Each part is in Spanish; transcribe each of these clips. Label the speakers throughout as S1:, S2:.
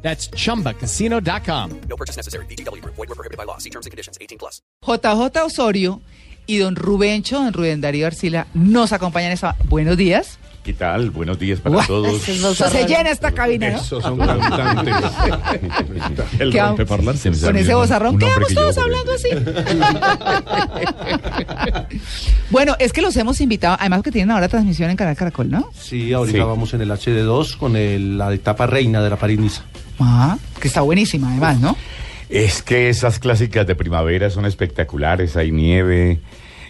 S1: That's chumbacasino.com.
S2: No purchase necessary. BGW. Void were prohibited by law. See terms and conditions. 18 plus.
S3: JJ Osorio y don Rubencho, don Rubén Darío Arcila, nos acompañan esta... Buenos días.
S4: ¿Qué tal? Buenos días para todos.
S3: Se llena esta cabina, ¿no?
S5: Esos son cantantes.
S4: El
S3: ¿Qué vamos-
S4: rompeparlante.
S3: Con ese bozarrón, ¿qué vamos todos hablando así? bueno, es que los hemos invitado, además que tienen ahora transmisión en Canal Caracol, ¿no?
S5: Sí, ahorita
S4: Sí.
S5: vamos en el HD2 con el- la etapa reina de la París-Niza.
S3: Ah, que está buenísima además, ¿no?
S4: Es que esas clásicas de primavera son espectaculares. Hay nieve,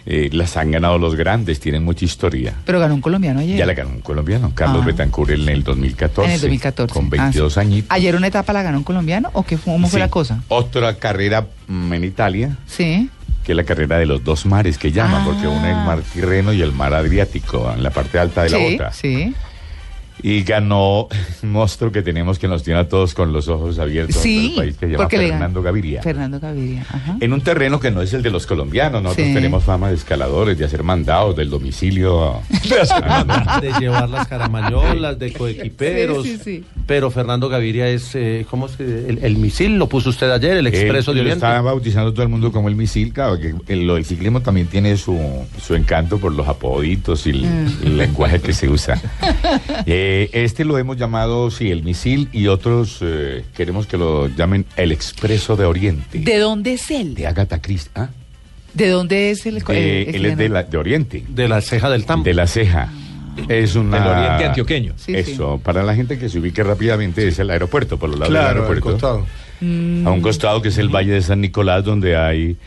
S4: eh, las han ganado los grandes, tienen mucha historia.
S3: Pero ganó un colombiano ayer.
S4: Ya la ganó un colombiano, Carlos
S3: Ah.
S4: Betancur, en el 2014.
S3: En el 2014.
S4: Con
S3: Ah, sí.
S4: 22 añitos.
S3: ¿Ayer una etapa la ganó un colombiano o qué fue, cómo fue
S4: Sí.
S3: la cosa?
S4: Otra carrera mm, en Italia,
S3: Sí.
S4: que es la carrera de los dos mares que llaman,
S3: Ah.
S4: porque una es el mar Tirreno y el mar Adriático, en la parte alta de la
S3: sí,
S4: bota.
S3: sí.
S4: Y ganó un monstruo que tenemos que nos tiene a todos con los ojos abiertos
S3: Sí,
S4: del país que se llama
S3: porque le ganó.
S4: Fernando Gaviria. Eh,
S3: Fernando Gaviria. Ajá.
S4: en un terreno que no es el de los colombianos, nosotros
S3: Sí.
S4: tenemos fama de escaladores, de hacer mandados del domicilio. Ah, a-
S5: De llevar las caramañolas, de coequiperos.
S3: Ah. Sí, sí, sí.
S5: Pero Fernando Gaviria es, eh, ¿cómo se El, el misil lo puso usted ayer, el expreso
S4: Él
S5: de
S4: eh, lo
S5: Oriente.
S4: estaba bautizando todo el mundo como el misil, claro, que el, lo del ciclismo también tiene su, su encanto por los apoditos y el,
S3: Mm.
S4: el lenguaje que se usa. Eh, este lo hemos llamado, sí, el misil y otros eh, queremos que lo llamen el expreso de Oriente.
S3: ¿De dónde es
S4: de
S3: él?
S4: Agatha Christie. ¿ah?
S3: ¿De dónde es el, el-
S4: De-
S3: el
S4: él es Eh, de,
S3: colombiano?
S4: la, de Oriente,
S5: De la ceja del tambo.
S4: de la ceja. Es una...
S6: Del oriente antioqueño.
S3: Sí, sí.
S4: Eso, para la gente que se ubique rápidamente, es el aeropuerto, por los lados
S6: Claro,
S4: del aeropuerto.
S3: Mm.
S4: A un costado que es el Valle de San Nicolás, donde hay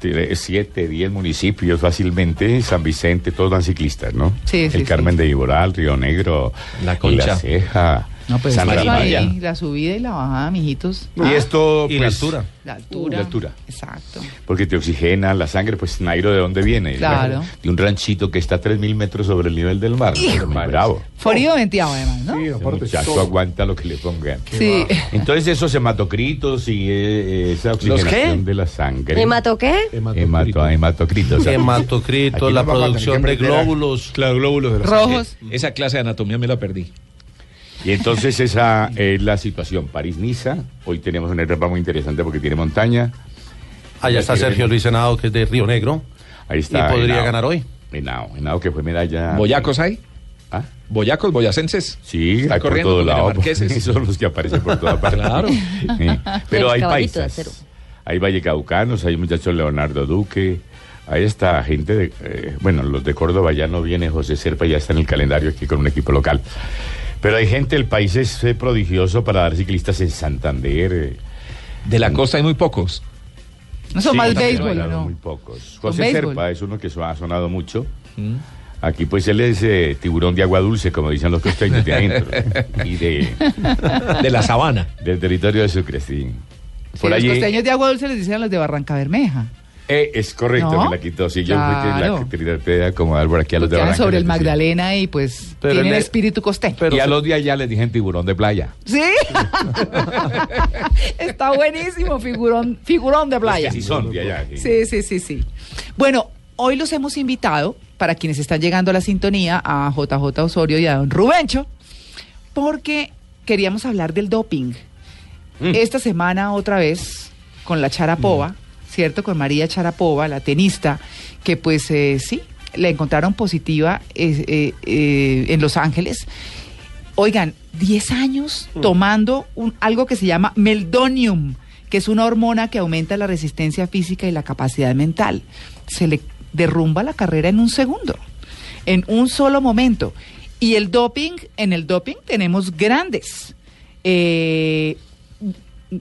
S4: tiene siete, diez municipios fácilmente, San Vicente, todos van ciclistas, ¿no?
S3: Sí, sí,
S4: El
S3: sí.
S4: Carmen de Iboral, Río Negro,
S6: La Concha.
S4: La Ceja,
S3: No, pues
S4: San
S3: eso ahí,
S4: Rafael.
S3: la subida y la bajada, mijitos.
S4: Y
S6: Ah.
S4: esto...
S5: Y la
S4: pues,
S5: altura.
S3: La altura.
S4: la altura. Oh.
S3: Exacto.
S4: Porque te oxigena la sangre, pues Nairo, ¿de dónde viene?
S3: Claro.
S4: De un ranchito que está a 3.000 metros sobre el nivel del mar.
S3: Hijo.
S4: Muy bravo.
S3: Forido venteado, además, ¿no?
S4: Ese muchacho aguanta lo que le pongan.
S3: Sí.
S4: Entonces esos hematocritos y eh, esa oxigenación
S5: qué?
S4: de la sangre.
S7: ¿Hemato qué?
S4: Hemato- ah, hematocritos. Aquí
S5: Hematocrito,
S4: nos
S5: la
S4: vamos a tener que
S5: producción de
S4: meter a-
S5: glóbulos.
S6: Claro, glóbulos de la
S3: Rojos.
S6: Eh, Esa clase de anatomía me la perdí.
S4: Y entonces esa es la situación. París-Niza. Hoy tenemos una etapa muy interesante porque tiene montaña.
S5: Allá está Sergio Luis Henao, que es de Río Negro.
S4: Ahí está.
S5: Y podría
S4: Henao.
S5: ganar hoy.
S4: Henao, Henao que fue medalla.
S6: ¿Boyacos hay?
S4: Ah,
S6: ¿Boyacos, boyacenses?
S4: Sí,
S6: Está
S4: hay por
S6: corriendo
S4: todo
S6: como
S4: lado.
S6: dinamarqueses.
S4: Son los que aparecen por toda parte.
S6: Claro.
S4: Sí. Pero
S7: Los
S4: hay
S7: caballitos de acero.
S4: paisas. Hay vallecaucanos, hay muchachos Leonardo Duque. Ahí está gente de. eh, bueno, los de Córdoba ya no viene José Serpa, ya está en el calendario aquí con un equipo local. Pero hay gente, el país es eh, prodigioso para dar ciclistas en Santander. eh,
S6: De la costa hay muy pocos.
S3: No son
S4: Sí,
S3: más
S4: también
S3: béisbol,
S4: ganaron Muy
S3: ¿no?
S4: pocos.
S3: Con
S4: José
S3: béisbol.
S4: Serpa es uno que so- ha sonado mucho.
S6: Mm.
S4: Aquí pues él es eh, tiburón de agua dulce, como dicen los costeños de adentro. y de,
S6: De la sabana.
S4: del territorio de Sucre, sí.
S3: Sí,
S4: Por
S3: Los
S4: allí
S3: costeños de agua dulce les dicen a los de Barranca Bermeja.
S4: eh, es correcto,
S3: ¿No?
S4: me la quitó. Sí, yo fui que la
S3: Claro.
S4: que traté de acomodar por aquí a los de
S3: Porque van
S4: Barranca.
S3: sobre
S4: les
S3: el
S4: decía.
S3: Magdalena y pues
S5: Pero
S3: tienen
S5: en el-
S3: espíritu costeño.
S5: Pero
S4: y a
S5: se-
S4: los de allá les dije tiburón de playa.
S3: ¿Sí? Está buenísimo, figurón, figurón de playa.
S4: Los que sí son de allá. sí.
S3: Sí, sí, sí, sí. Bueno, hoy los hemos invitado, para quienes están llegando a la sintonía, a JJ Osorio y a don Rubencho, porque queríamos hablar del doping. Esta semana otra vez con la Charapova, ¿cierto? Con María Charapova, la tenista, que pues eh, sí, la encontraron positiva eh, eh, eh, en Los Ángeles. Oigan, 10 años tomando un, algo que se llama meldonium, que es una hormona que aumenta la resistencia física y la capacidad mental. Se le derrumba la carrera en un segundo, en un solo momento. Y el doping, en el doping tenemos grandes. Eh,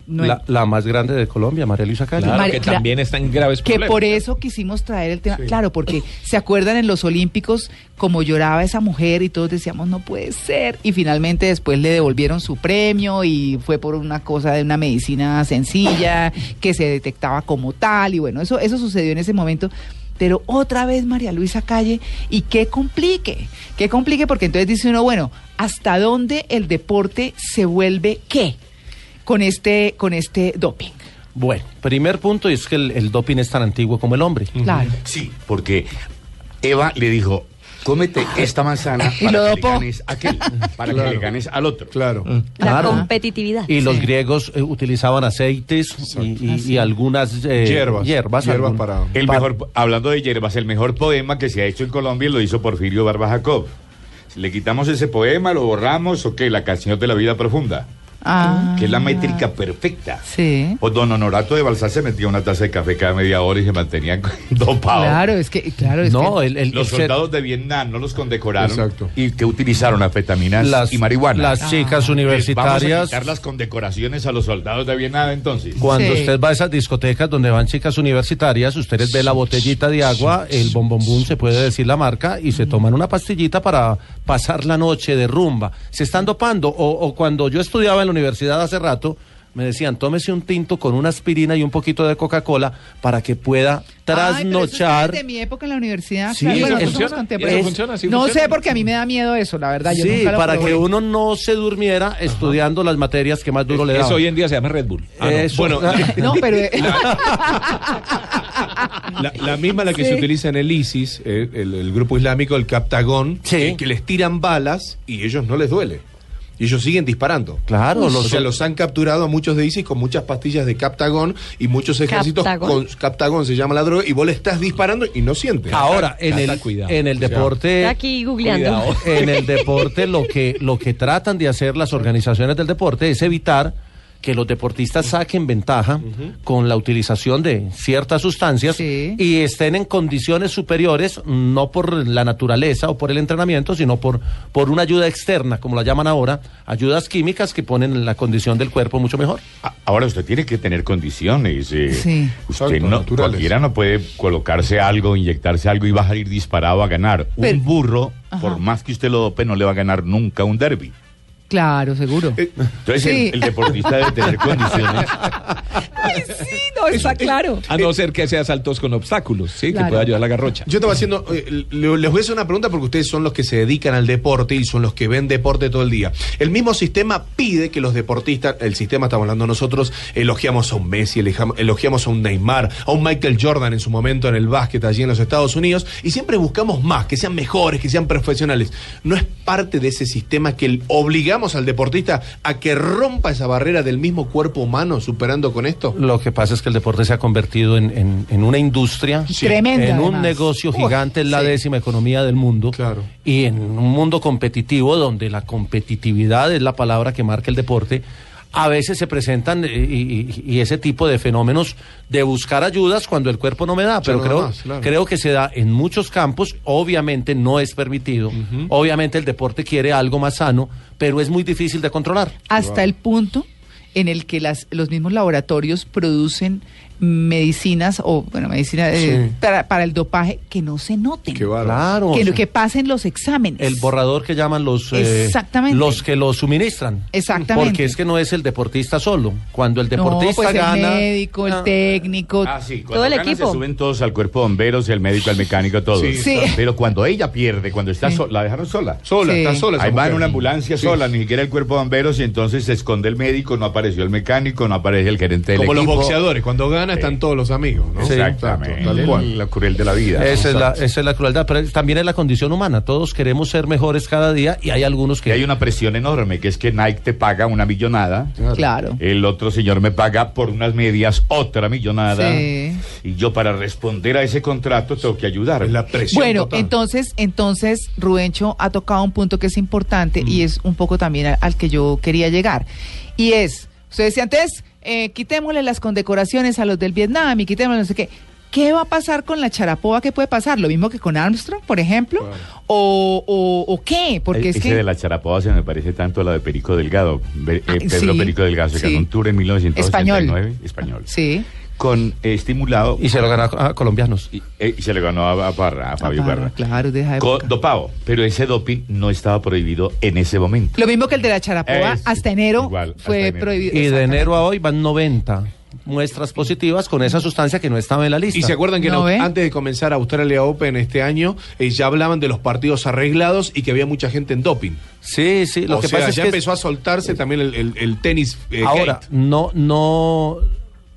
S3: no-
S5: la, la más grande de Colombia, María Luisa Calle.
S6: Claro,
S3: Mari-
S6: que también está en graves
S3: que
S6: problemas.
S3: por eso quisimos traer el tema. Claro, porque se acuerdan en los Olímpicos como lloraba esa mujer y todos decíamos, no puede ser. Y finalmente después le devolvieron su premio y fue por una cosa de una medicina sencilla que se detectaba como tal. Y bueno, eso, eso sucedió en ese momento. Pero otra vez María Luisa Calle, y qué complique, qué complique, porque entonces dice uno, bueno, ¿hasta dónde el deporte se vuelve qué? Con este, con este doping.
S5: Bueno, primer punto es que el, el doping es tan antiguo como el hombre.
S3: Claro.
S4: Sí, porque Eva le dijo, cómete Este,
S8: Ah.
S4: esta manzana
S3: Y
S4: para
S3: lo
S4: que le
S3: dopó.
S4: ganes a aquel, para que le ganes al otro.
S5: Claro.
S7: La competitividad.
S5: Y los
S3: Sí.
S5: griegos eh, utilizaban aceites y, y- y algunas eh,
S8: Hierbas.
S5: hierbas,
S8: Hierbas
S5: algún-
S8: para-
S4: El
S5: pa-
S4: mejor, po- hablando de hierbas, el mejor poema que se ha hecho en Colombia lo hizo Porfirio Barba Jacob. ¿Le quitamos ese poema, lo borramos o qué? La canción de la vida profunda,
S3: Ah.
S4: que es la métrica perfecta.
S3: Sí.
S4: O don Honorato de Balsá se metía una taza de café cada media hora y se mantenían dopados.
S3: Claro, es que, claro, es
S5: No,
S3: que-
S5: el, el-
S4: Los
S5: el-
S4: soldados de Vietnam no los condecoraron.
S8: Exacto.
S4: Y que utilizaron afetaminas
S5: las,
S4: y marihuana.
S3: Ah.
S5: Las chicas
S4: Pues Vamos a
S5: universitarias.
S4: quitar las condecoraciones a los soldados de Vietnam entonces.
S5: Cuando
S3: Sí.
S5: usted va a esas discotecas donde van chicas universitarias, ustedes ve la botellita de agua, el bombombum, se puede decir la marca, y
S3: Mm.
S5: se toman una pastillita para pasar la noche de rumba. Se están dopando. O, o cuando yo estudiaba en la universidad hace rato, me decían, tómese un tinto con una aspirina y un poquito de Coca-Cola para que pueda
S3: Ay, pero eso
S5: trasnochar.
S3: es de mi época en la universidad.
S5: Sí,
S3: claro,
S5: eso
S3: bueno, nosotros
S6: funciona,
S3: somos contemporáneos.
S6: eso funciona, sí
S3: no
S6: funciona.
S3: sé porque a mí me da miedo eso, la verdad. Yo
S5: sí,
S3: nunca lo
S5: para
S3: probé.
S5: que uno no se durmiera estudiando las materias que más duro le daban.
S6: Eso hoy en día se llama Red Bull. Ah, no.
S5: Eso.
S6: Bueno, la,
S3: No, pero eh,
S8: La, la misma la que se utiliza en el ISIS, eh, el, el grupo islámico, el Captagón, eh,
S5: Sí.
S8: que, que les tiran balas y ellos no les duele. Y ellos siguen disparando.
S5: Claro,
S8: O
S5: los-
S8: sea, los han capturado a muchos de ISIS con muchas pastillas de Captagón y muchos ejércitos
S7: Captagón.
S8: con Captagón se llama la droga y vos le estás disparando y no sientes.
S4: Ah,
S5: Ahora, en el,
S6: cuidado.
S5: en el
S8: O sea,
S5: deporte...
S7: Estoy aquí googleando.
S6: Cuidado.
S5: en el deporte lo que lo que tratan de hacer las organizaciones del deporte es evitar que los deportistas saquen ventaja con la utilización de ciertas sustancias
S3: Sí.
S5: y estén en condiciones superiores, no por la naturaleza o por el entrenamiento, sino por, por una ayuda externa, como la llaman ahora, ayudas químicas que ponen la condición del cuerpo mucho mejor.
S4: A- Ahora usted tiene que tener condiciones. eh,
S3: Sí.
S4: Usted
S8: Exacto,
S4: no,
S8: naturales.
S4: cualquiera no puede colocarse algo, inyectarse algo y va a ir disparado a ganar.
S3: Pero-
S4: un burro,
S3: Ajá.
S4: por más que usted lo dope, no le va a ganar nunca un derby.
S3: claro, seguro.
S5: Eh,
S4: Entonces
S3: Sí.
S4: el, el deportista debe tener condiciones.
S3: Ay, sí, no, está claro.
S6: a no ser que sea saltos con obstáculos, ¿sí?
S3: Claro.
S6: Que pueda ayudar a la garrocha.
S8: Yo estaba haciendo, eh, le- les voy a hacer una pregunta porque ustedes son los que se dedican al deporte y son los que ven deporte todo el día. El mismo sistema pide que los deportistas, el sistema estamos hablando nosotros, elogiamos a un Messi, elejam- elogiamos a un Neymar, a un Michael Jordan en su momento en el básquet allí en los Estados Unidos y siempre buscamos más, que sean mejores, que sean profesionales. ¿No es parte de ese sistema que el- obligamos al deportista a que rompa esa barrera del mismo cuerpo humano superando con esto?
S5: Lo que pasa es que el deporte se ha convertido en, en- en una industria,
S3: Sí. Tremenda,
S5: en un
S3: además.
S5: negocio
S3: Uy,
S5: gigante, es la
S3: sí.
S5: décima economía del mundo,
S8: Claro.
S5: y en un mundo competitivo donde la competitividad es la palabra que marca el deporte. A veces se presentan eh, y, y- y ese tipo de fenómenos de buscar ayudas cuando el cuerpo no me da, pero
S8: no da
S5: creo,
S8: más, claro.
S5: creo que se da en muchos campos, obviamente no es permitido, obviamente el deporte quiere algo más sano, pero es muy difícil de controlar.
S3: Hasta el punto en el que las, los mismos laboratorios producen medicinas o, bueno, medicina eh, para, para el dopaje que no se noten.
S8: Qué bárbaro.
S5: Claro.
S3: que, lo
S5: o sea.
S3: que pasen los exámenes.
S5: El borrador que llaman los eh,
S3: Exactamente.
S5: los que lo suministran.
S3: Exactamente.
S5: Porque es que no es el deportista solo. Cuando el deportista
S3: no, pues
S5: gana.
S3: el médico, el
S5: Ah,
S3: técnico,
S4: Ah, sí, cuando
S7: Todo el
S4: ganan
S7: equipo.
S4: se suben todos al cuerpo de bomberos, el médico, el mecánico, todos.
S8: Sí,
S3: Sí. exacto.
S4: Pero cuando ella pierde, cuando está sola, la dejaron sola.
S8: Sola,
S3: Sí.
S8: está sola. esa
S4: eh, Ahí va en
S8: mujer.
S4: una ambulancia
S8: Sí.
S4: sola, ni siquiera el cuerpo de bomberos, y entonces se esconde el médico, no apareció el mecánico, no aparece el gerente del
S8: Como los
S4: equipo.
S8: boxeadores, cuando gana están todos los amigos, ¿no?
S4: Exactamente.
S8: Exacto, tal cual.
S4: Lo cruel de la vida.
S5: Esa es, la, esa es la crueldad, pero también es la condición humana. Todos queremos ser mejores cada día y hay algunos
S4: Que
S5: que...
S4: hay una presión enorme, que es que Nike te paga una millonada,
S3: claro.
S4: el otro señor me paga por unas medias otra millonada,
S3: Sí.
S4: y yo para responder a ese contrato tengo que ayudar.
S8: Es la presión.
S3: Bueno,
S8: total.
S3: entonces, entonces Rubencho ha tocado un punto que es importante y
S4: Mm.
S3: es un poco también al, al que yo quería llegar. Y es, usted decía antes, eh, quitémosle las condecoraciones a los del Vietnam y quitémosle no sé qué. ¿Qué va a pasar con la charapoa? ¿Qué puede pasar? ¿Lo mismo que con Armstrong, por ejemplo? ¿O, o, o qué? Porque
S4: E-
S3: es
S4: Ese
S3: que...
S4: de la charapoda se me parece tanto a la de Perico Delgado. Ve- eh,
S3: Ah,
S4: Pedro
S3: sí,
S4: Perico Delgado se
S3: sí.
S4: ganó un tour en 1989. Español.
S3: Sí.
S4: Con eh, estimulado.
S5: Y se lo gana a colombianos.
S4: Y, eh, y se le ganó a, a Parra, a Fabio
S3: Ah,
S4: Parra.
S3: Claro, deja
S4: Co- dopado. Pero ese doping no estaba prohibido en ese momento.
S3: Lo mismo que el de la charapoa,
S4: Es
S3: hasta enero
S4: igual, hasta
S3: fue
S4: enero.
S3: prohibido.
S5: Y de
S3: Exactamente.
S5: enero a hoy van 90 muestras positivas con esa sustancia que no estaba en la lista.
S8: Y se acuerdan que
S3: No,
S8: no-
S3: ¿eh?
S8: antes de comenzar Australia Open este año, eh, ya hablaban de los partidos arreglados y que había mucha gente en doping.
S5: Sí, sí. Lo
S8: o
S5: que
S8: sea,
S5: pasa es
S8: ya
S5: que
S8: empezó a soltarse también el, el- el tenis. eh,
S5: Ahora,
S8: gate.
S5: no, no,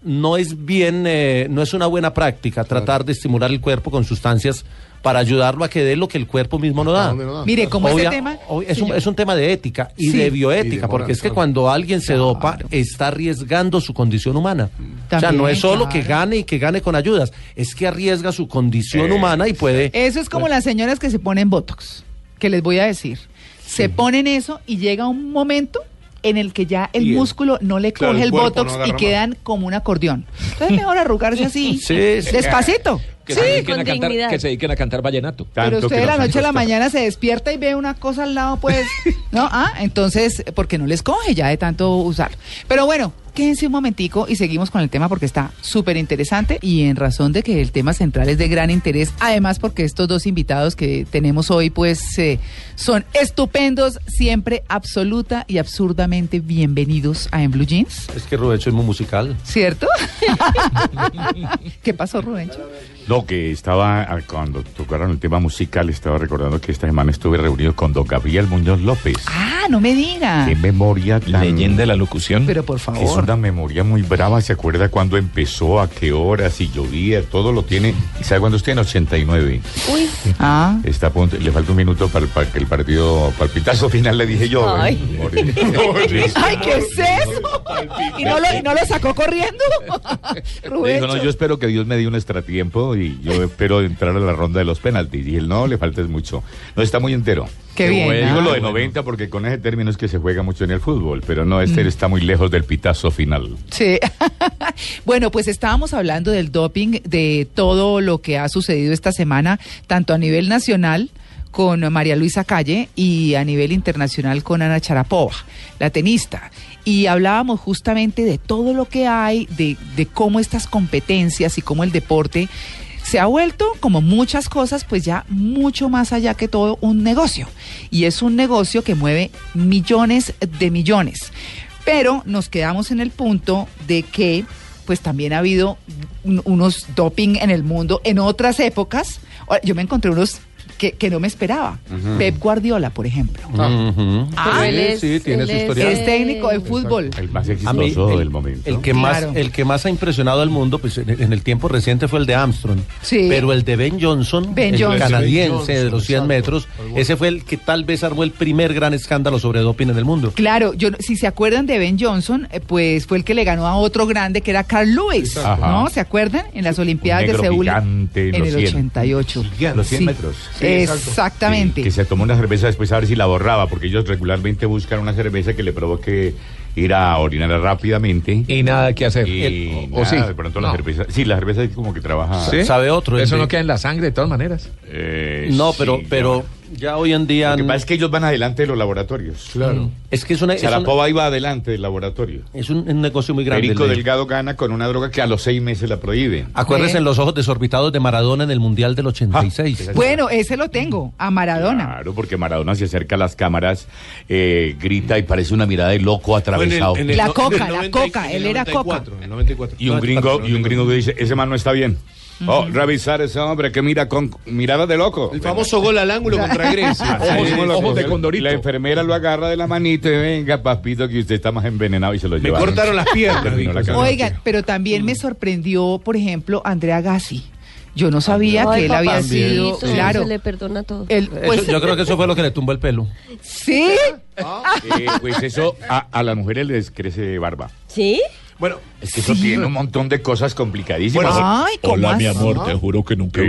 S5: no es bien, eh, no es una buena práctica tratar de estimular el cuerpo con sustancias para ayudarlo a que dé lo que el cuerpo mismo no da.
S8: ¿Dónde no da?
S3: Mire, Eh, como
S5: Obvia-
S3: ese tema...
S5: ob- es,
S3: Sí,
S5: un,
S3: yo-
S5: es un tema de ética y
S3: Sí.
S5: de
S8: Y de
S5: bioética,
S8: moral,
S5: porque es que
S8: claro.
S5: cuando alguien se dopa está arriesgando su condición humana. o sea,
S3: También,
S5: no es solo
S3: claro.
S5: que gane y que gane con ayudas, es que arriesga su
S8: Eh,
S5: condición humana y puede...
S3: Eso es como las señoras que se ponen Botox, que les voy a decir. Se ponen eso y llega un momento en el que ya el
S8: Y el-
S3: músculo no le
S8: claro,
S3: coge el
S8: el cuerpo
S3: Botox
S8: no
S3: y
S8: agarra
S3: quedan como un acordeón. Entonces mejor arrugarse así,
S5: Sí, sí.
S3: despacito.
S6: Que,
S7: Sí,
S6: se dediquen
S7: con
S6: a cantar,
S7: dignidad.
S6: que se dediquen a cantar vallenato.
S3: Pero
S4: Tanto
S3: usted
S4: que
S3: de la
S4: nos han
S3: noche a la
S4: costado.
S3: mañana se despierta y ve una cosa al lado, pues, ¿no? Ah, entonces, porque no les coge ya de tanto usar. Pero bueno, quédense un momentico y seguimos con el tema porque está súper interesante y en razón de que el tema central es de gran interés, además porque estos dos invitados que tenemos hoy, pues, eh, son estupendos, siempre absoluta y absurdamente bienvenidos a En Blue Jeans,
S5: Es que Rubecho es muy musical.
S3: ¿cierto? ¿Qué pasó, Rubencho?
S4: No, que estaba, ah, cuando tocaron el tema musical, estaba recordando que esta semana estuve reunido con don Gabriel Muñoz López.
S3: Ah, no me diga.
S4: Qué memoria tan...
S6: Leyenda de la locución.
S3: Pero por favor.
S4: Es una memoria muy brava, ¿se acuerda cuándo empezó, a qué hora, si llovía? Todo lo tiene. ¿Sabe cuándo usted en 89?
S7: Uy,
S3: Ah.
S4: Está a punto, le falta un minuto para, el- para que el partido, para el pitazo final, le dije yo. ¿eh?
S7: Ay.
S4: Morir.
S3: Ay, ¿qué es eso? ¿Y no lo, y no lo sacó corriendo?
S4: Le
S3: Rubén.
S4: dijo, no, yo espero que Dios me dé un extratiempo y yo espero entrar a la ronda de los penaltis. Y él, no, le falta es mucho. No, está muy entero.
S3: Qué bien.
S4: Digo
S3: ¿ah?
S4: lo de 90 porque con ese término es que se juega mucho en el fútbol, pero no, este está muy lejos del pitazo final.
S3: Sí. bueno, pues estábamos hablando del doping, de todo lo que ha sucedido esta semana, tanto a nivel nacional con María Luisa Calle y a nivel internacional con Ana Charapova, la tenista. Y hablábamos justamente de todo lo que hay, de, de cómo estas competencias y cómo el deporte se ha vuelto, como muchas cosas, pues ya mucho más allá que todo un negocio. Y es un negocio que mueve millones de millones. Pero nos quedamos en el punto de que pues también ha habido un- unos doping en el mundo en otras épocas. Ahora, Yo me encontré unos que, que no me esperaba. Pep Guardiola, por ejemplo.
S5: Ujú.
S3: Ah,
S4: pues,
S5: Sí,
S7: él es-
S5: sí, tiene
S7: él
S5: su
S7: es-
S5: historial.
S3: Es técnico de fútbol.
S4: El más
S5: A mí,
S4: exitoso
S5: el-
S4: del momento.
S5: El que,
S3: Claro.
S5: más, el que más ha impresionado al mundo pues, en, en el tiempo reciente fue el de Armstrong.
S3: Sí.
S5: Pero el de Ben Johnson,
S3: Ben
S5: el
S3: Johnson.
S5: canadiense
S8: Ben Johnson,
S5: de los 100
S8: exacto.
S5: metros, ese fue el que tal vez armó el primer gran escándalo sobre doping en el mundo.
S3: Claro, yo, no- si se acuerdan de Ben Johnson, eh, pues fue el que le ganó a otro grande que era Carl Lewis,
S4: Exacto.
S3: ¿no?
S4: Ajá.
S3: ¿Se acuerdan? En las Olimpiadas
S4: negro
S3: de Seúl
S4: gigante en
S3: en
S4: los
S3: el
S4: 100.
S3: 88.
S4: Gigante. Los 100 metros.
S8: Sí, exacto.
S3: Exactamente.
S4: Sí, que se tomó una cerveza después a ver si la borraba, porque ellos regularmente buscan una cerveza que le provoque ir a orinar rápidamente.
S6: Y nada que hacer.
S4: Y
S6: El-
S4: nada, de pronto la
S6: No.
S4: cerveza. Sí, la cerveza es como que trabaja.
S6: ¿Sí?
S5: Sabe otro, el
S6: Eso
S5: de-
S6: no queda en la sangre de todas maneras.
S4: Eh,
S5: no,
S4: sí,
S5: pero, pero
S4: claro.
S5: ya hoy en día...
S4: Lo que
S5: n-
S4: pasa es que ellos van adelante de los laboratorios.
S6: Claro.
S5: es que es, una, es, un-
S4: Sarapova iba adelante del laboratorio.
S5: es un, un negocio muy grande.
S4: Perico
S5: el de-
S4: Delgado gana con una droga que a los seis meses la prohíben.
S5: Acuérdese
S3: Sí.
S5: en los ojos desorbitados de Maradona en el Mundial del 86.
S4: Ah,
S3: Bueno, ese lo tengo, a Maradona.
S4: Claro, porque Maradona se acerca a las cámaras, eh, grita y parece una mirada de loco atravesado.
S8: Fue en el- en el
S3: La
S8: no-
S3: coca,
S8: en el
S3: la
S8: 90
S3: coca,
S8: en el
S3: él era
S8: 94,
S3: coca.
S8: en el 94.
S4: Y un gringo, y un gringo que dice, ese man no está bien. Oh, revisar ese hombre que mira con mirada de loco.
S8: El famoso Ah, gol al ángulo contra Grecia.
S4: Así
S6: Ojos-
S4: es.
S6: ojos de
S4: La-
S6: condorito.
S4: La enfermera lo agarra de la manita y venga, papito, que usted está más envenenado y se lo
S8: Me
S4: lleva.
S8: cortaron las piernas.
S4: Terminó la
S8: dijo.
S4: carrera.
S3: Oigan, pero también
S7: Mm.
S3: me sorprendió, por ejemplo, Andrea Gassi. Yo no sabía
S7: ay,
S3: que él había
S7: papacito,
S3: sido, claro,
S7: Se le perdona todo.
S3: el,
S5: Eso-
S3: pues,
S5: yo creo que eso fue lo que le tumbó el pelo.
S3: sí,
S4: Eh, pues eso, a, a las mujeres les crece barba.
S7: ¿Sí?
S8: Bueno,
S4: Es que eso tiene un montón de cosas complicadísimas.
S8: Bueno,
S3: Ay, ¿cómo así?
S9: te juro que nunca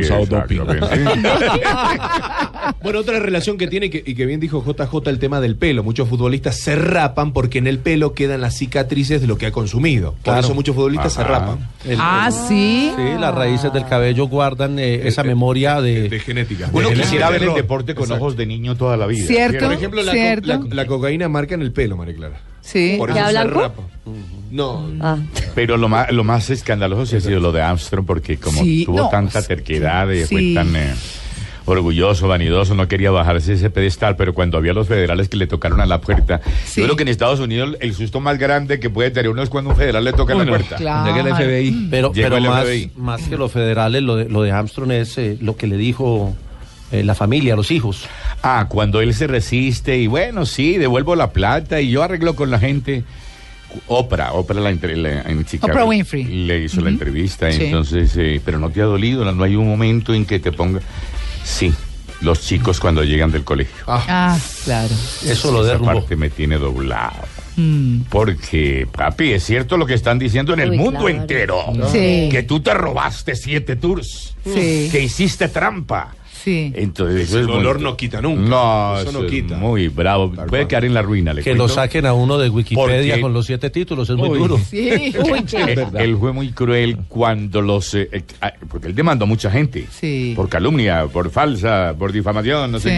S8: Bueno, otra relación que tiene, que- y que bien dijo JJ, el tema del pelo. Muchos futbolistas se rapan porque en el pelo quedan las cicatrices de lo que ha consumido. Por
S5: Claro.
S8: eso muchos futbolistas se
S4: Ajá.
S8: rapan.
S3: Ah, sí.
S5: Sí, las raíces del cabello guardan eh, esa memoria
S4: eh,
S5: de...
S8: genética.
S4: Uno
S8: De genética.
S4: quisiera ver el
S8: Error.
S4: deporte con
S8: Exacto.
S4: ojos de niño toda la vida.
S3: Cierto.
S8: Por ejemplo, la, co-
S3: Cierto.
S8: la- la cocaína marca en el pelo, María Clara.
S3: Sí. Ah,
S8: Por
S7: ¿Ya
S8: eso se
S7: blanco?
S8: rapa. No.
S7: Ah.
S4: Pero lo más, lo más escandaloso sí ha sido lo de Armstrong, porque como
S3: Sí,
S4: tuvo
S3: no,
S4: tanta
S3: sí,
S4: terquedad y
S3: sí.
S4: fue tan eh, orgulloso, vanidoso, no quería bajarse ese pedestal, pero cuando había los federales que le tocaron a la puerta,
S3: Sí.
S4: yo creo que en Estados Unidos el susto más grande que puede tener uno es cuando un federal le toca
S3: pues
S4: la puerta.
S3: Claro.
S6: Llegué al FBI.
S5: Pero,
S4: Llegó
S5: pero
S4: el
S5: más,
S4: FBI.
S5: más que los federales, lo de, lo de Armstrong es eh, lo que le dijo eh, la familia, los hijos.
S4: Ah, cuando él se resiste y bueno, sí, devuelvo la plata y yo arreglo con la gente. Oprah, Oprah la, entre- la- en Chicago
S3: Oprah Winfrey.
S4: Le hizo la
S3: Ujú.
S4: entrevista,
S3: Sí.
S4: entonces, eh, pero no te ha dolido, no, no hay un momento en que te ponga... Sí, los chicos cuando llegan del colegio.
S3: Ah, claro.
S5: Eso lo
S4: Esa
S5: derrumbó.
S4: parte me tiene doblado.
S3: Mm.
S4: Porque, papi, es cierto lo que están diciendo en el
S7: Uy,
S4: mundo
S7: claro.
S4: entero.
S3: Sí.
S4: Que tú te robaste siete tours.
S3: Sí.
S4: Que hiciste trampa.
S3: Sí.
S4: Entonces, eso
S8: El
S4: es
S8: dolor
S4: muy-
S8: no quita nunca.
S4: No,
S8: Eso no
S4: es
S8: quita.
S4: Muy bravo.
S8: Tal
S4: Puede
S8: cual.
S4: quedar en la ruina. le
S5: Que
S4: cuento.
S5: lo saquen a uno de Wikipedia
S4: Porque-
S5: con los siete títulos, es muy
S4: Uy.
S5: duro.
S3: Sí.
S7: Uy, qué-
S4: Eh,
S6: verdad.
S4: él fue muy cruel cuando los. eh, eh, ah, porque él demandó a mucha gente.
S3: Sí.
S4: Por calumnia, por falsa, por difamación, no sé
S3: Sí.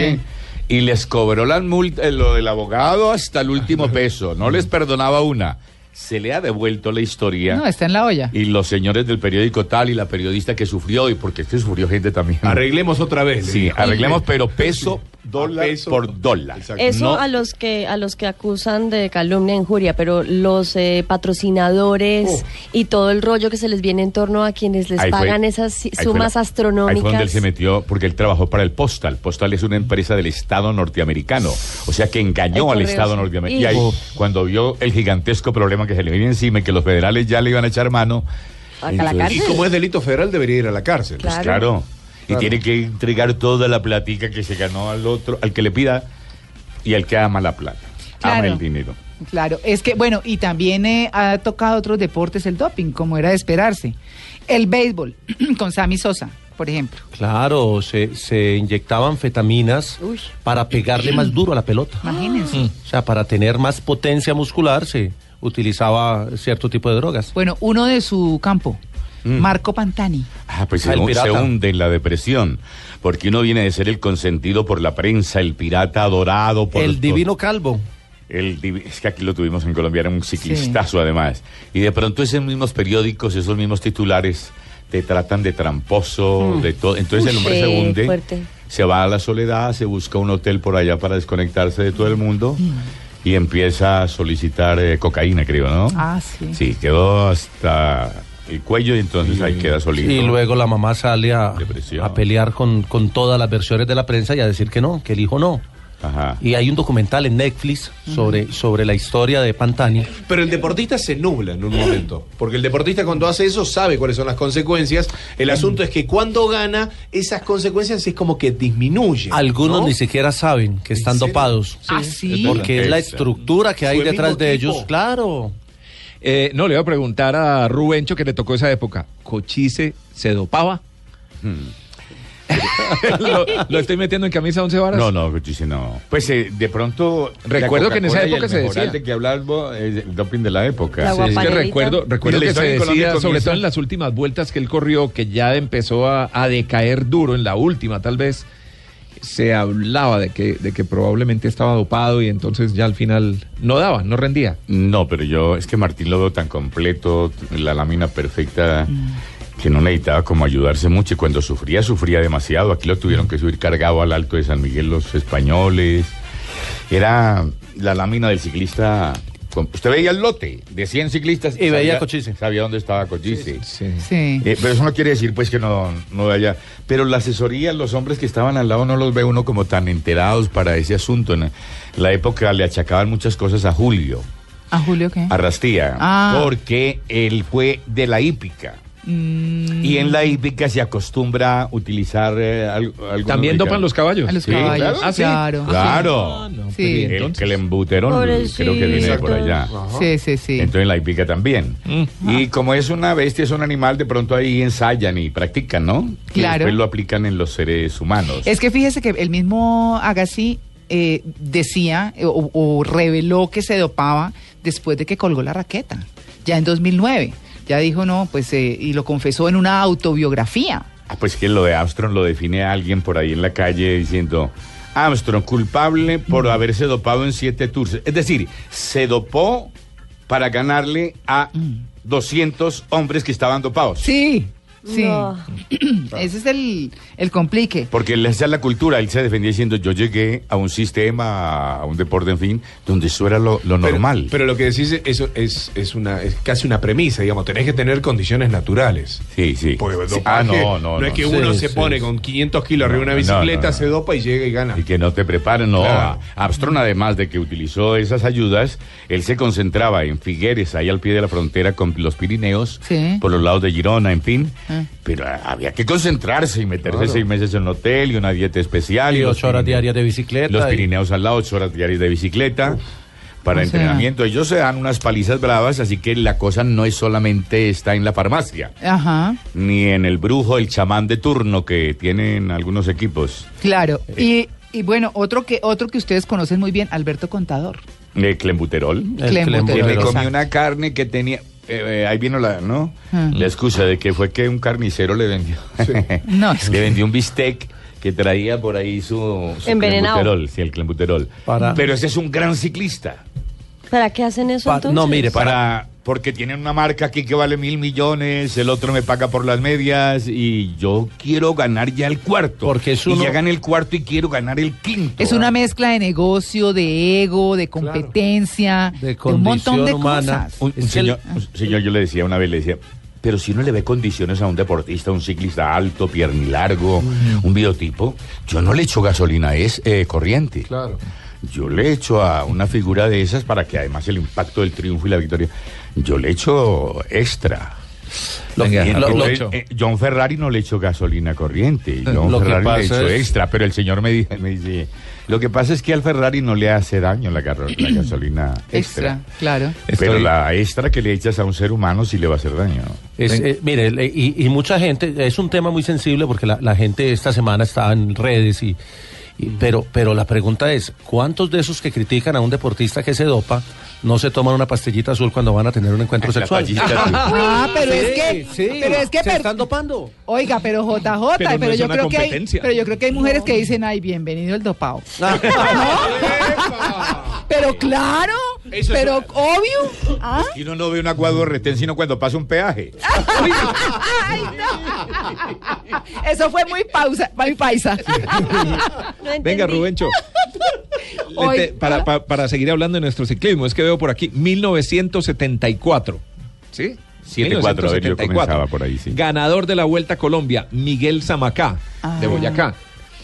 S4: qué. Y les cobró la multa, eh, lo del abogado hasta el último peso. No les perdonaba una. Se le ha devuelto la historia.
S3: No, está en la olla.
S4: y los señores del periódico tal y la periodista que sufrió, y porque este sufrió gente también.
S8: Arreglemos otra vez. le
S4: Sí,
S8: digo.
S4: arreglemos, pero peso dólar
S8: Peso.
S4: por dólar.
S8: Exacto.
S7: Eso
S4: No.
S7: a los que a los que acusan de calumnia, e injuria, pero los eh, patrocinadores
S8: Oh.
S7: y todo el rollo que se les viene en torno a quienes les
S4: Ahí fue-
S7: pagan esas
S4: ahí fue
S7: sumas
S4: la-
S7: astronómicas.
S4: Ahí fue donde él se metió, porque él trabajó para el Postal. Postal es una empresa del Estado norteamericano. O sea que
S7: El
S4: engañó al
S7: correo,
S4: Estado
S7: sí.
S4: norteamericano. Y
S7: Y-
S4: ahí, cuando vio el gigantesco problema que se le venía encima y que los federales ya le iban a echar mano.
S7: ¿A la
S4: entonces-
S7: cárcel?
S8: Y como es delito federal, debería ir a la cárcel.
S4: Pues claro.
S7: Claro.
S4: Y tiene que entregar toda la platica que se ganó al otro, al que le pida y al que ama la plata. Ama
S3: Claro.
S4: el dinero.
S3: Claro, es que, bueno, y también eh, ha tocado otros deportes el doping, como era de esperarse. El béisbol, con Sammy Sosa, por ejemplo.
S5: Claro, se, se inyectaban fetaminas
S7: Uy.
S5: para pegarle más duro a la pelota. Mm.
S3: Imagínense.
S5: O sea, para tener más potencia muscular se utilizaba cierto tipo de drogas.
S3: Bueno, uno de su campo,
S4: Mm.
S3: Marco Pantani.
S4: Ah, pues
S5: Ah,
S4: se,
S5: el
S4: hun- se
S5: pirata.
S4: hunde en la depresión, porque uno viene de ser el consentido por la prensa, el pirata adorado por
S5: El
S4: los-
S5: divino calvo.
S4: El divi- es que aquí lo tuvimos en Colombia, era un ciclistazo además. Y de pronto esos mismos periódicos, esos mismos titulares, te tratan de tramposo, de todo. Entonces el hombre se
S7: Mm. Sí,
S4: hunde,
S7: fuerte.
S4: se va a la soledad, se busca un hotel por allá para desconectarse de todo el mundo
S7: Mm.
S4: y empieza a solicitar eh, cocaína, creo, ¿no?
S3: Ah, sí.
S4: Sí, quedó hasta el cuello y entonces ahí queda solito.
S5: Y luego la mamá sale a,
S4: Depresión.
S5: a pelear con, con todas las versiones de la prensa y a decir que no, que el hijo no.
S4: Ajá.
S5: Y hay un documental en Netflix sobre, sobre la historia de Pantani.
S8: Pero el deportista se nubla en un momento. Porque el deportista cuando hace eso sabe cuáles son las consecuencias. El asunto es que cuando gana, esas consecuencias es como que disminuyen.
S5: Algunos
S8: ¿no?
S5: ni siquiera saben que están
S8: serio?
S5: dopados.
S3: Ah, sí.
S5: Porque es la
S4: Esa.
S5: estructura que hay
S8: Fue el
S5: detrás
S8: mismo
S5: de
S8: tipo.
S5: ellos. Claro.
S6: Eh, no, le voy a preguntar a Rubencho que le tocó esa época. ¿Cochise se dopaba? ¿Lo, lo estoy metiendo en camisa 11 varas?
S4: No, no, Cuchisi, no. Pues eh, de pronto.
S6: Recuerdo que en esa época se decía.
S4: de que hablaba eh, el doping de la época.
S7: La
S4: Sí.
S6: Es que
S7: Panelita.
S6: recuerdo,
S4: Mira, la
S6: recuerdo que se
S4: historia en Colombia
S6: decía, sobre
S4: comienza-
S6: todo en las últimas vueltas que él corrió, que ya empezó a, a decaer duro, en la última tal vez, se hablaba de que, de que probablemente estaba dopado y entonces ya al final no daba, no rendía.
S4: No, pero yo, es que Martín lo veo tan completo, la lámina perfecta, que no necesitaba como ayudarse mucho. Y cuando sufría, sufría demasiado. Aquí lo tuvieron que subir cargado al alto de San Miguel los españoles. Era la lámina del ciclista. con- Usted veía el lote de 100 ciclistas
S5: Y veía
S4: sabía-
S5: a Cochise.
S4: Sabía dónde estaba Cochise.
S6: Sí.
S3: Sí.
S4: Eh, pero eso no quiere decir pues que no, no haya. Pero la asesoría, los hombres que estaban al lado no los ve uno como tan enterados para ese asunto. En la época le achacaban muchas cosas a Julio,
S3: ¿A Julio qué?
S4: a Rastía,
S3: Ah.
S4: porque él fue de la hípica.
S3: Mm.
S4: Y en la hípica se acostumbra a utilizar eh, al- algunos
S6: También
S4: medicamentos.
S6: dopan los caballos.
S3: A los
S4: Sí,
S3: caballos,
S4: claro.
S6: Ah, sí.
S3: claro. Ah,
S4: Claro.
S3: Sí.
S6: pero ¿y
S4: El
S6: entonces?
S4: clembuterón creo que viene de por
S7: Pobrecitos.
S4: allá.
S3: Sí, sí, sí.
S4: Entonces la hípica también.
S6: Mm.
S4: Y como es una bestia, es un animal, de pronto ahí ensayan y practican, ¿no? Y
S3: Claro.
S4: después lo aplican en los seres humanos.
S3: Es que fíjese que el mismo Agassi eh, decía eh, o, o reveló que se dopaba después de que colgó la raqueta, ya en 2009. Ya dijo, no, pues, eh, y lo confesó en una autobiografía.
S4: Ah, pues que lo de Armstrong lo define a alguien por ahí en la calle diciendo Armstrong culpable por haberse dopado en siete tours. Es decir, se dopó para ganarle a
S8: Mm.
S4: 200 hombres que estaban dopados.
S3: Sí, sí.
S7: No.
S3: Ese es el, el complique.
S4: Porque él- esa es la cultura, él se defendía diciendo yo llegué a un sistema, a un deporte, en fin, donde eso era lo, lo
S8: Pero-
S4: normal.
S8: Pero, lo que decís es, es, es una, es casi una premisa, digamos. Tenés que tener condiciones naturales.
S4: sí, sí.
S8: Porque
S4: Sí, Ah,
S8: dopaje, no, es que
S5: Sí,
S8: uno se
S5: sí,
S8: pone
S5: sí.
S8: con 500 kilos arriba de una
S4: No, no, no,
S8: bicicleta,
S4: no.
S8: se dopa y llega y gana.
S4: Y que no te preparan, no.
S8: Claro.
S4: Armstrong, además de que utilizó esas ayudas, él se concentraba en Figueres, ahí al pie de la frontera con los Pirineos,
S3: Sí.
S4: por los lados de Girona, en fin.
S3: Ah.
S4: Pero ah, había que concentrarse y meterse seis meses en un hotel y una dieta especial.
S5: Y
S4: Ah, los
S5: ocho horas
S4: Pirine-
S5: diarias de bicicleta.
S4: Los
S5: y-
S4: Pirineos al lado, ocho horas diarias de bicicleta. Para
S3: O sea.
S4: entrenamiento, ellos se dan unas palizas bravas, así que la cosa no es solamente está en la farmacia,
S3: Ajá,
S4: ni en el brujo, el chamán de turno que tienen algunos equipos.
S3: claro.
S4: Eh.
S3: Y, y bueno, otro que, otro que ustedes conocen muy bien, Alberto Contador.
S4: El clembuterol.
S5: El
S3: Clem
S5: Clem
S4: Que
S3: Botero.
S4: me
S5: Botero.
S4: comí
S3: Exacto.
S4: una carne que tenía. eh, eh, ahí vino la, ¿no?
S3: Ah.
S4: La excusa de que fue que un carnicero le vendió.
S3: No, es
S4: le vendió un bistec que traía por ahí su, su
S7: Envenenado.
S4: clenbuterol, sí, el clenbuterol.
S5: Para-
S4: Pero ese es un gran ciclista.
S7: ¿Para qué hacen eso
S5: Pa-
S7: entonces?
S5: no, mire,
S4: Para, porque tienen una marca aquí que vale mil millones, el otro me paga por las medias y yo quiero ganar ya el cuarto.
S5: Porque es uno-
S4: Y ya gané el cuarto y quiero ganar el quinto.
S3: Es una mezcla de negocio, de ego, de competencia,
S5: De
S3: de, un montón
S5: condición
S3: de
S5: humana.
S3: cosas.
S4: Un, un
S5: Es que el-
S4: señor, un señor, yo le decía una vez, le decía, pero si uno le ve condiciones a un deportista, un ciclista alto, piernilargo,
S5: Mm.
S4: un biotipo, yo no le echo gasolina, es eh, corriente.
S8: Claro.
S4: Yo le echo a una figura de esas para que además el impacto del triunfo y la victoria, yo le echo extra.
S5: Lo-
S6: Venga,
S5: lo- lo-
S6: aprovecho.
S4: Eh, John Ferrari no le echo gasolina corriente,
S5: Eh,
S4: John
S5: lo que
S4: Ferrari le
S5: pasa
S4: echo
S5: es-
S4: extra, pero el señor me, di- me dice, lo que pasa es que al Ferrari no le hace daño la, garro- la gasolina
S3: Extra, claro.
S4: pero
S6: Estoy-
S4: la extra que le echas a un ser humano sí le va a hacer daño.
S5: Es, eh, mire, le- y, y mucha gente, es un tema muy sensible porque la, la gente esta semana está en redes y, y- pero, pero la pregunta es, ¿cuántos de esos que critican a un deportista que se dopa no se toman una pastillita azul cuando van a tener un encuentro sexual?
S4: La pastillita azul.
S3: Ah, pero es que,
S5: Sí,
S3: pero es que
S5: se
S3: per-
S5: están dopando.
S3: Oiga, pero JJ,
S6: Pero
S3: pero,
S6: no es
S3: yo
S6: una
S3: creo que hay,
S6: competencia.
S3: pero yo creo que hay mujeres que dicen, "Ay, bienvenido el dopao." Pero claro,
S8: Eso es
S3: pero
S8: una-
S3: obvio. ¿ah?
S4: Y uno no ve una cuadro retén sino cuando pasa un peaje.
S3: Ay, no. Eso fue muy pausa, muy paisa.
S7: No entendí.
S6: Venga, Rubencho. Le
S3: Hoy-
S6: te- para, pa- para seguir hablando de nuestro ciclismo, es que veo por aquí 1974. ¿Sí?
S4: 74, a ver, yo comenzaba por ahí, sí.
S6: Ganador de la Vuelta a Colombia, Miguel Zamacá, de
S3: Ah.
S6: Boyacá.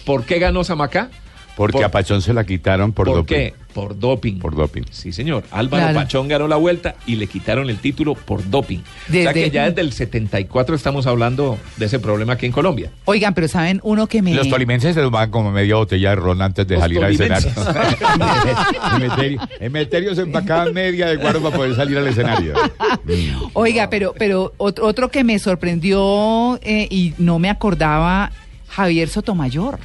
S6: ¿Por qué ganó Zamacá?
S4: Porque
S6: Por-
S4: a Pachón se la quitaron por,
S6: ¿Por
S4: doping.
S6: qué? Por doping.
S4: Por doping.
S6: Sí, señor. Álvaro
S3: Claro.
S6: Pachón ganó la vuelta y le quitaron el título por doping. o
S3: Desde-
S6: sea que ya desde el 74 estamos hablando de ese problema aquí en Colombia.
S3: Oigan, pero saben uno que me
S4: Los tolimenses se tomaban como media botella de ron antes de
S6: Los
S4: salir al escenario.
S6: tolimenses.
S4: Emeterio, Emeterio se empacaba media de guaro para poder salir al escenario. Mm.
S3: Oiga, pero, pero otro, otro que me sorprendió eh, y no me acordaba, Javier Sotomayor.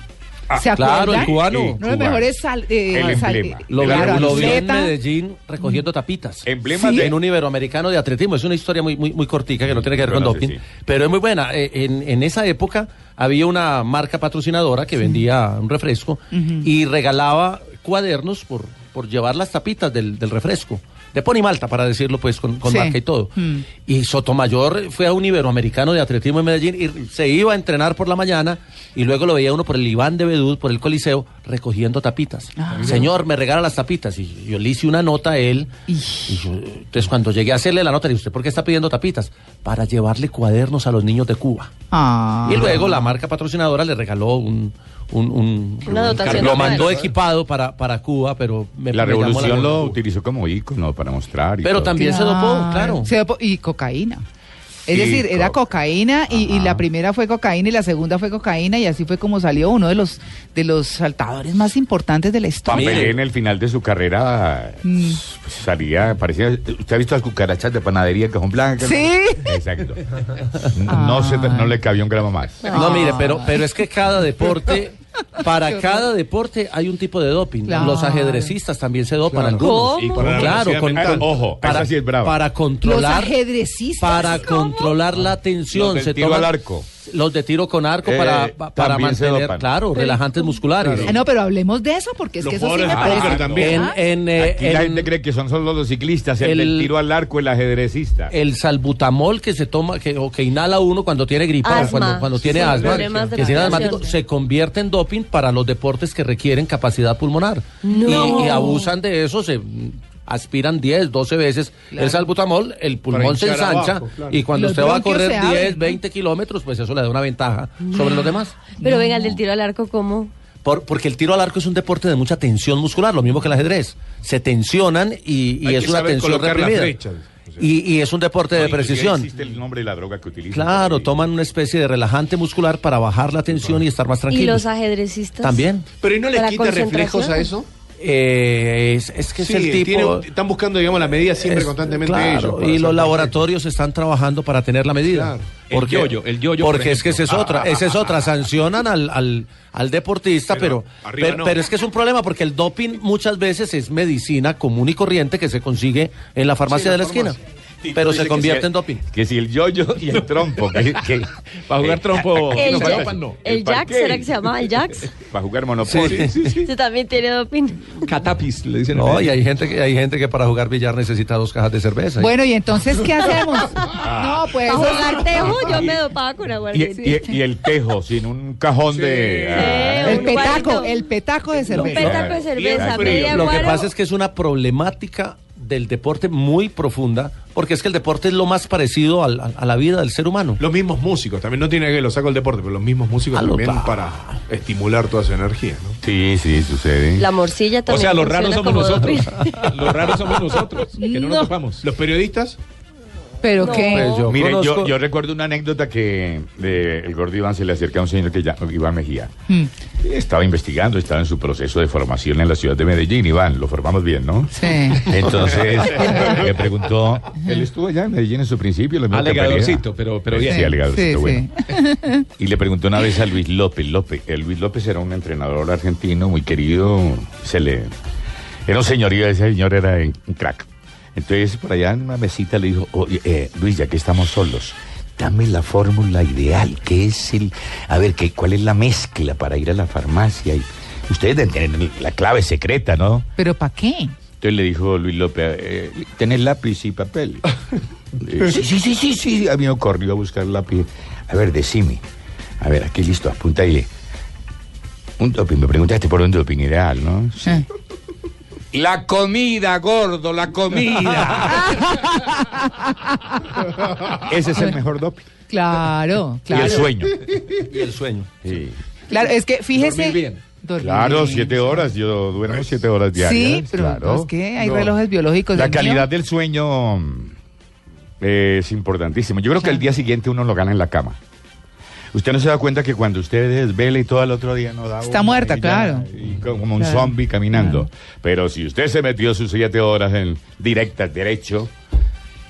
S3: ¿Se acuerdan?
S5: Ah, claro, el cubano.
S4: Sí,
S3: Uno de los
S4: cubano.
S3: mejores sal, eh,
S4: El
S3: sal-
S4: emblema.
S3: eh,
S5: Lo, vi-
S3: claro,
S5: lo vi en
S3: atleta.
S5: Medellín recogiendo tapitas.
S4: Emblema
S5: Sí.
S4: de-
S5: Mm. En un iberoamericano de atletismo. Es una historia muy, muy, muy cortica que no tiene que ver
S4: Yo
S5: con
S4: no sé,
S5: doping.
S4: sí.
S5: Pero es muy buena. Eh, En, en esa época había una marca patrocinadora que vendía un refresco y regalaba cuadernos por, por llevar las tapitas del, del refresco. De Pony Malta, para decirlo pues, con, con
S3: Sí.
S5: marca y todo.
S3: Mm.
S5: Y Sotomayor fue a un iberoamericano de atletismo en Medellín y se iba a entrenar por la mañana y luego lo veía uno por el Iván de Bedú, por el Coliseo, recogiendo tapitas.
S3: Ah.
S5: Señor, me regala las tapitas. Y yo le hice una nota a él. Y yo, entonces cuando llegué a hacerle la nota, le dije, ¿usted por qué está pidiendo tapitas? Para llevarle cuadernos a los niños de Cuba.
S3: Ah.
S5: Y luego la marca patrocinadora le regaló un... un- un-
S7: Una dotación
S5: lo
S7: anual.
S5: mandó equipado para, para Cuba, pero me
S4: La
S5: me llamó
S4: revolución
S5: atención.
S4: lo utilizó como ícono para mostrar. y
S5: Pero
S4: todo.
S5: también se dopó, claro.
S3: Se dopó, y cocaína. Es decir, era
S8: coca.
S3: cocaína y, y la primera fue cocaína y la segunda fue cocaína y así fue como salió uno de los de los saltadores más importantes de la historia.
S4: Pelé en el final de su carrera pues, salía, parecía. ¿Usted ha visto las cucarachas de panadería que son blancas?
S3: Sí.
S4: Exacto. No, se, no le cabía un gramo más.
S5: No, mire, pero, pero es que cada deporte, para cada deporte hay un tipo de doping.
S3: Claro.
S5: Los ajedrecistas también se dopan algunos.
S7: ¿Cómo?
S5: Con-
S8: la
S5: claro,
S8: velocidad
S5: con-
S8: mental.
S5: con-
S4: Ojo, esa sí es brava.
S5: Para
S3: Los
S5: controlar,
S3: ajedrecistas.
S5: para controlar la
S4: Los
S5: tensión.
S4: del
S5: se
S4: tiro
S5: toman
S4: al arco.
S5: Los de tiro con arco
S4: Eh,
S5: para, pa- para
S4: también se
S5: mantener,
S4: dopan.
S5: claro, relajantes musculares.
S3: Ah, no, pero hablemos de eso porque es
S8: Los
S3: que eso sí
S8: jugadores
S3: me
S8: de póker
S3: parece.
S8: también.
S5: En,
S3: Ah,
S5: en, eh,
S4: Aquí la
S5: en-
S4: gente cree que son solo los ciclistas, el, del
S5: el-
S4: tiro al arco, el ajedrecista.
S5: el salbutamol que se toma que, o que inhala uno cuando tiene gripa o
S7: Asma.
S5: cuando, cuando tiene
S7: Sí,
S5: asma,
S7: problemas de
S5: que si es
S7: respiración.
S5: asmático, se convierte en doping para los deportes que requieren capacidad pulmonar.
S7: No.
S5: Y, y abusan de eso, se mm, aspiran 10, 12 veces el salbutamol, el pulmón se
S8: hinchar
S5: ensancha
S8: abajo, claro.
S5: y cuando
S3: Los
S5: usted va a
S3: bronquios
S5: correr
S3: se abren,
S5: 10,
S3: ¿no?
S5: 20 kilómetros, pues eso le da una ventaja sobre los demás.
S7: Pero venga, el del tiro al arco, ¿cómo?
S5: Por- porque el tiro al arco es un deporte de mucha tensión muscular, lo mismo que el ajedrez. Se tensionan y, y
S8: Hay
S5: es
S8: que
S5: una
S8: saber
S5: tensión
S8: colocar las
S5: reprimida.
S8: flechas. O sea.
S5: Y, y es un deporte de
S4: No, y- y
S5: precisión.
S4: Existe el nombre de la droga que utilizan.
S5: Claro,
S4: toma
S5: toman una especie de relajante muscular para bajar la tensión y estar más
S7: ¿Y
S5: tranquilos.
S7: los ajedrecistas?
S5: También.
S8: Pero ¿y no les
S7: Para
S8: quita reflejos a eso?
S7: concentración.
S5: Eh, es, es que
S8: Sí,
S5: es el tipo.
S8: tienen- están buscando, digamos, la medida siempre
S5: es-
S8: constantemente
S5: claro,
S8: ellos. para
S5: Y los
S8: hacer-
S5: laboratorios están trabajando para tener la medida.
S8: Claro.
S6: El yoyo, el yoyo, por
S5: Porque es que esa
S6: ejemplo.
S5: es otra, esa es otra. Sancionan al, al, al deportista,
S8: Pero
S5: pero,
S8: arriba
S5: pero,
S8: no.
S5: pero es que es un problema porque el doping muchas veces es medicina común y corriente que se consigue en la farmacia de la esquina. Pero se convierte en doping.
S4: Que si el yoyo y el trompo. que- que- eh,
S6: Para jugar
S5: Oh,
S6: trompo.
S7: El,
S6: Oh, no,
S7: Jack-
S6: para- no.
S7: el
S4: El
S7: Jack,
S4: parqué.
S7: ¿será que se llamaba el Jax?
S4: Para jugar monopolio.
S7: Usted también tiene doping.
S6: Catapis, le dicen. en
S5: No, y
S6: Medellín.
S5: hay gente que hay gente que para jugar billar necesita dos cajas de cerveza.
S3: Bueno, ¿y entonces qué hacemos? No, pues.
S7: Para jugar tejo, yo me dopaba con
S4: Y,
S7: aguardiente.
S4: y- y el tejo, sin un cajón de.
S7: Sí,
S4: Ah,
S3: El
S7: un
S3: petaco,
S7: cuarto.
S3: el petaco de
S7: Un
S3: cerveza.
S7: petaco de cerveza,
S8: Bien frío.
S7: media
S5: Lo que
S7: guaro.
S5: pasa es que es una problemática del deporte muy profunda, porque es que el deporte es lo más parecido al- al- a la vida del ser humano.
S8: Los mismos músicos, también no tiene que lo saco el deporte, pero los mismos músicos
S5: Ah, lo
S8: también
S5: pa-
S8: para estimular toda su energía, ¿no?
S4: sí, sí, sucede.
S7: La morcilla
S6: O
S7: también.
S6: sea, los raros
S7: funciona
S6: somos
S7: como
S6: nosotros.
S7: doping.
S6: Los raros somos nosotros, que no nos
S7: No.
S6: topamos.
S8: Los periodistas,
S3: Pero
S7: No.
S3: qué.
S5: Pues yo
S4: Mire,
S5: conozco-
S4: yo, yo recuerdo una anécdota que de, el gordo Iván se le acerca a un señor que ya Iván Mejía.
S3: Mm.
S4: Estaba investigando, estaba en su proceso de formación en la ciudad de Medellín. Iván, lo formamos bien, ¿no?
S3: Sí.
S4: Entonces le preguntó, Ah, él estuvo allá en Medellín en su principio, lo mismo que
S6: Alegadorcito, pero, pero
S4: Pereira.
S6: bien.
S4: Sí, alegadorcito,
S3: Sí, sí.
S4: bueno. Y le preguntó una vez a Luis López. López eh, Luis López era un entrenador argentino muy querido. Se le era un señorío, ese señor era eh, un crack. Entonces, por allá en una mesita le dijo, "Oye, eh, Luis, ya que estamos solos, dame la fórmula ideal, ¿qué es el, a ver, qué, cuál es la mezcla para ir a la farmacia? Y ustedes deben tener la clave secreta, ¿no?
S3: Pero ¿para qué?
S4: Entonces le dijo Luis López, eh, ¿tenés lápiz y papel? Eh, sí, sí, sí, sí, sí. A mí me corrió a buscar lápiz. A ver, decime. A ver, aquí listo, apunta ahí. Un doping, me preguntaste por un doping ideal, ¿no? Sí.
S3: Eh.
S4: La comida, gordo, la comida. Ese es el mejor doping.
S3: Claro,
S4: Y
S3: claro.
S4: el sueño.
S5: Y el sueño.
S4: Sí.
S3: Claro, es que fíjese.
S6: Dormir bien.
S3: Dormir
S4: Claro,
S3: bien.
S4: siete horas. Yo duermo siete horas diarias.
S3: Sí, pero
S4: claro.
S3: es que hay relojes biológicos.
S4: La
S3: Dios mío.
S4: calidad del sueño mm, es importantísimo. Yo creo que el día siguiente uno lo gana en la cama. Usted no se da cuenta que cuando usted desvela y todo el otro día no da.
S3: Está
S4: una,
S3: muerta,
S4: y ya,
S3: claro.
S4: y co- como un
S3: Claro,
S4: zombie caminando. Pero si usted se metió sus siete horas en directas, derecho,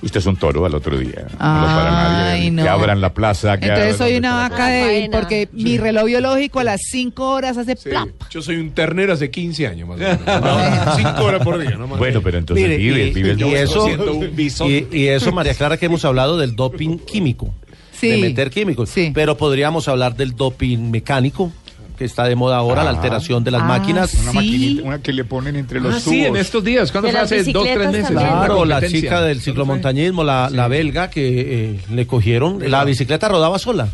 S4: usted es un toro al otro día. no lo para nadie.
S3: Ay, no.
S4: Que abran la plaza. Que
S3: Entonces
S4: abran-
S3: soy una vaca
S7: la
S3: débil
S7: faena.
S3: porque mi reloj biológico a las 5 horas hace
S8: sí.
S3: plap.
S8: yo soy un ternero hace 15 años más o menos. Cinco horas por día, ¿no? más.
S4: Bueno, pero entonces
S5: Mire,
S4: vive,
S5: y-
S4: vive el
S5: y
S4: momento.
S5: eso-
S8: Siento un
S5: Y,
S8: bisonte.
S5: y eso, María Clara, que hemos hablado del doping químico,
S3: Sí.
S5: de meter químicos,
S3: Sí.
S5: pero podríamos hablar del doping mecánico, que está de moda ahora, la
S4: Ajá.
S5: alteración de las
S3: Ah,
S5: máquinas.
S4: Una
S3: Sí.
S4: maquinita, una que le ponen entre los
S6: Ah,
S4: tubos.
S6: sí, en estos días. ¿Cuándo
S7: De
S6: fue?
S7: las
S6: Hace dos, tres
S7: bicicletas
S6: meses.
S7: también.
S5: Claro, la
S6: competencia.
S5: chica del ciclomontañismo, la, la belga que eh, le cogieron, la bicicleta rodaba sola.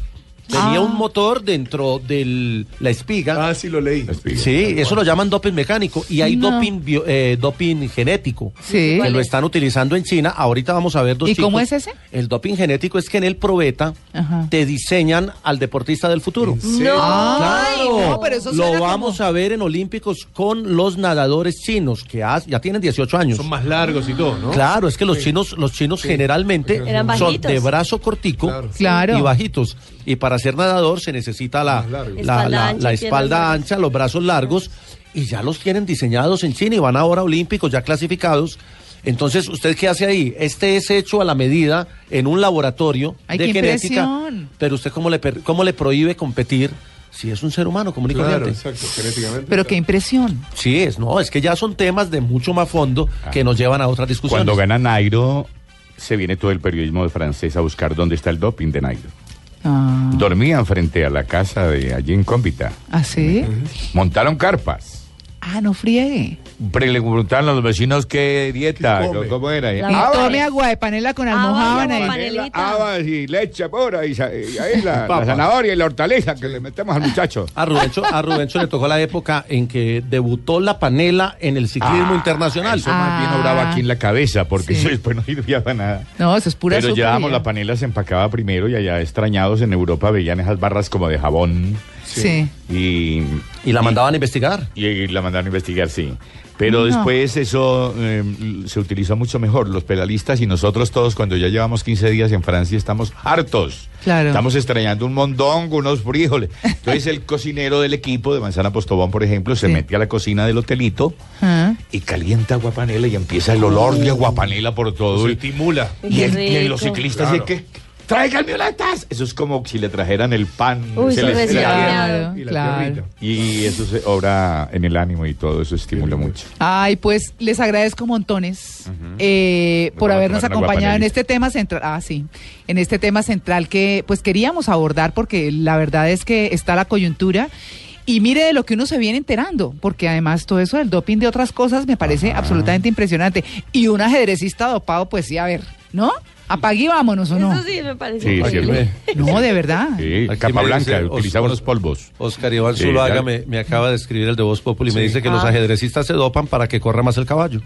S5: Tenía
S3: Ah.
S5: un motor dentro de la espiga.
S8: Ah, sí lo leí.
S5: Sí, eso lo llaman doping mecánico y hay
S3: No.
S5: doping, bio- eh, doping genético
S3: Sí.
S5: que lo están utilizando en China. Ahorita vamos a ver dos
S3: ¿Y cómo
S5: chicos.
S3: es ese?
S5: El doping genético es que en el probeta
S3: Ajá.
S5: te diseñan al deportista del futuro.
S7: No,
S5: Ah,
S3: Ay,
S5: Claro,
S3: no, pero eso suena
S5: lo
S3: como-
S5: vamos a ver en Olímpicos con los nadadores chinos que ha- ya tienen 18 años.
S8: Son más largos y todo, ¿no?
S5: Claro, es que los chinos, los chinos generalmente
S7: Eran
S5: son
S7: bajitos.
S5: de brazo cortico
S8: Claro.
S3: Claro.
S5: y bajitos. Y para ser nadador se necesita la,
S8: Más
S5: la,
S8: largo.
S5: la-
S7: Espalda
S5: la-
S7: ancha
S5: la
S7: y
S5: espalda
S7: piernas
S5: ancha, los brazos largos, y ya los tienen diseñados en China y van ahora a olímpicos ya clasificados. Entonces, ¿usted qué hace ahí? Este es hecho a la medida en un laboratorio
S3: Ay,
S5: de
S3: qué
S5: genética.
S3: impresión.
S5: Pero usted cómo le, per- cómo le prohíbe competir si es un ser humano común y
S8: Claro,
S5: corriente?
S8: exacto, genéticamente.
S3: Pero qué impresión.
S5: Sí, es, no, es que ya son temas de mucho más fondo que nos llevan a otras discusiones.
S4: Cuando gana Nairo, se viene todo el periodismo de francés a buscar dónde está el doping de Nairo.
S3: Ah,
S4: Dormían frente a la casa de allí en Cómpita.
S3: ¿ah, sí?
S4: Montaron carpas.
S3: Ah, no friegue.
S4: Pre- Le preguntaron a los vecinos qué dieta,
S8: ¿Qué come?
S4: ¿no? cómo era.
S7: La-
S3: Y
S7: Ah,
S3: Eh, tome
S7: vale.
S3: agua de panela con
S7: agua y
S3: almojábana.
S7: agua
S3: y-
S7: panelita.
S4: Habas ah, y leche pura y, sa- y ahí la, la
S5: Papas.
S4: zanahoria y la hortaliza que le metemos al muchacho.
S5: A Rubencho, a Rubencho le tocó la época en que debutó la panela en el ciclismo
S4: Ah,
S5: internacional.
S4: Eso más bien
S3: Ah.
S4: obraba aquí en la cabeza porque
S3: Sí.
S4: eso después no sirvió para nada.
S3: No, eso es pura
S4: Pero
S3: azúcar y
S4: llevábamos
S3: ya.
S4: la panela, se empacaba primero y allá extrañados en Europa veían esas barras como de jabón
S3: Sí.
S4: y,
S5: Y la mandaban a investigar.
S4: y la mandaron a investigar, sí. Pero
S3: No.
S4: después eso eh, se utilizó mucho mejor. Los pedalistas y nosotros todos, cuando ya llevamos 15 días en Francia, estamos hartos.
S3: Claro.
S4: Estamos extrañando un mondongo, unos frijoles. Entonces el cocinero del equipo de Manzana Postobón, por ejemplo, se
S3: Sí.
S4: mete a la cocina del hotelito
S3: Ah.
S4: y calienta aguapanela y empieza el olor de aguapanela por todo
S8: Se
S4: el
S8: estimula.
S4: y, el- y los
S7: Rico.
S4: ciclistas
S8: Claro.
S4: y es que traigan violetas. Eso es como si le trajeran el pan
S7: Uy, Pues sí,
S4: celestial.
S7: recién
S3: Claro,
S8: y la
S3: claro.
S8: tierrita.
S4: Y eso se obra en el ánimo y todo, eso estimula mucho.
S3: Ay, pues les agradezco montones eh,
S4: Nos
S3: por
S4: vamos a
S3: habernos
S4: tomar una
S3: acompañado en
S4: guapanelita.
S3: este tema central. Ah, sí, en este tema central que pues queríamos abordar porque la verdad es que está la coyuntura. Y mire de lo que uno se viene enterando, porque además todo eso del doping de otras cosas me parece absolutamente impresionante. Y un ajedrecista dopado, pues sí, a ver, ¿no? Apague y vámonos, ¿o no?
S7: Eso sí me parece
S4: Sí,
S7: increíble.
S4: sí,
S5: Óigame,
S3: No, de verdad.
S4: Sí,
S5: Aquí
S4: capa
S5: me
S4: blanca,
S5: dice,
S4: utilizaba
S5: os-
S4: los polvos.
S5: Oscar Iván
S4: Sí,
S5: Zuluaga
S4: ya.
S5: me, me acaba de escribir el de Voz Populi y me dice que los
S7: Ah.
S5: ajedrecistas se dopan para que corra más el caballo.